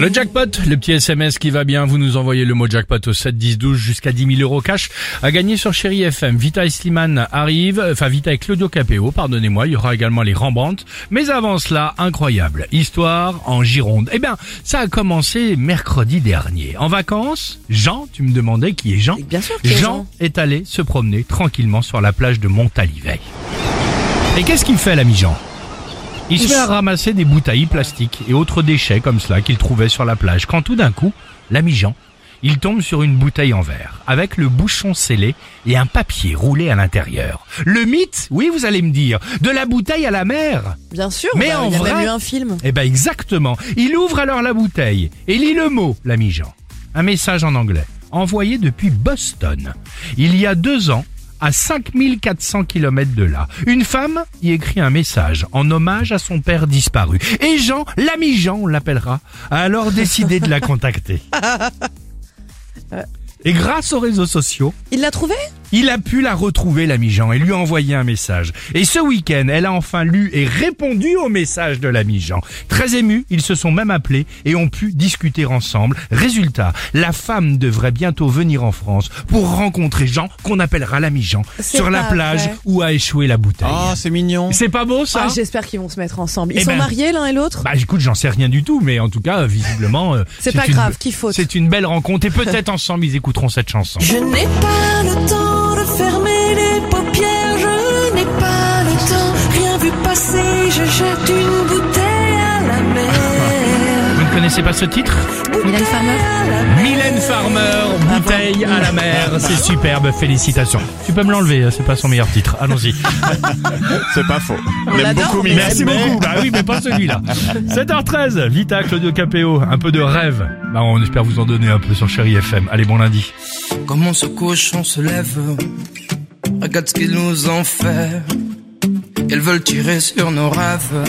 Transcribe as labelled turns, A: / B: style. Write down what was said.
A: Le jackpot, le petit SMS qui va bien, vous nous envoyez le mot jackpot au 7 10 12 jusqu'à 10 000 euros cash à gagner sur Chéri FM. Vita et Slimane arrive, enfin Vita et Claudio Capéo, pardonnez-moi, il y aura également les Rembrandt. Mais avant cela, incroyable, histoire en Gironde. Eh bien, ça a commencé mercredi dernier. En vacances, Jean, tu me demandais qui est Jean
B: Bien sûr qu'il y a
A: Jean est allé se promener tranquillement sur la plage de Montalivet. Et qu'est-ce qu'il fait l'ami Jean il se met à ramasser des bouteilles plastiques et autres déchets comme cela qu'il trouvait sur la plage. Quand tout d'un coup, l'ami Jean, il tombe sur une bouteille en verre, avec le bouchon scellé et un papier roulé à l'intérieur. Le mythe, oui vous allez me dire, de la bouteille à la mer
B: Bien sûr,
A: Mais
B: bah,
A: en
B: il y a même
A: vrai-
B: eu un film.
A: Eh ben exactement. Il ouvre alors la bouteille et lit le mot, l'ami Jean. Un message en anglais, envoyé depuis Boston. Il y a deux ans, à 5400 km de là, une femme y écrit un message en hommage à son père disparu. Et Jean, l'ami Jean, on l'appellera, a alors décidé de la contacter. Et grâce aux réseaux sociaux,
B: Il l'a trouvé
A: il a pu la retrouver, l'ami Jean, et lui envoyer un message. Et ce week-end, elle a enfin lu et répondu au message de l'ami Jean. Très émus, ils se sont même appelés et ont pu discuter ensemble. Résultat, la femme devrait bientôt venir en France pour rencontrer Jean, qu'on appellera l'ami Jean,
B: C'est
A: sur la
B: pas
A: plage
B: vrai.
A: où a échoué la bouteille.
C: Ah, c'est mignon.
A: C'est pas beau ça
B: Ah, J'espère qu'ils vont se mettre ensemble. Ils
A: Eh
B: sont
A: ben.
B: mariés l'un et l'autre
A: Bah écoute, j'en sais rien du tout, mais en tout cas, euh, visiblement... euh,
B: C'est pas
A: une-
B: grave, qui faute
A: C'est une belle rencontre et peut-être ensemble ils écouteront cette chanson.
D: Je n'ai pas le temps de fermer les paupières, je n'ai pas le temps, rien vu passer, je jette une bouteille à la mer.
A: Vous ne connaissez pas ce titre
D: Mylène Farmer
A: Mylène Farmer, bouteille à la mer, c'est superbe, félicitations. Tu peux me l'enlever, c'est pas son meilleur titre. Allons-y.
C: C'est pas faux. On
B: l'adore,
C: beaucoup
B: mais-
C: Mylène,
A: Merci
C: mais-
A: beaucoup. Bah oui, mais pas celui-là. 7h13, Vita, Claudio Capéo, un peu de rêve. Bah on espère vous en donner un peu sur Chéri FM. Allez, bon lundi.
E: Comme on se couche, on se lève. Regarde ce qu'ils nous ont fait. Ils veulent tirer sur nos rêves.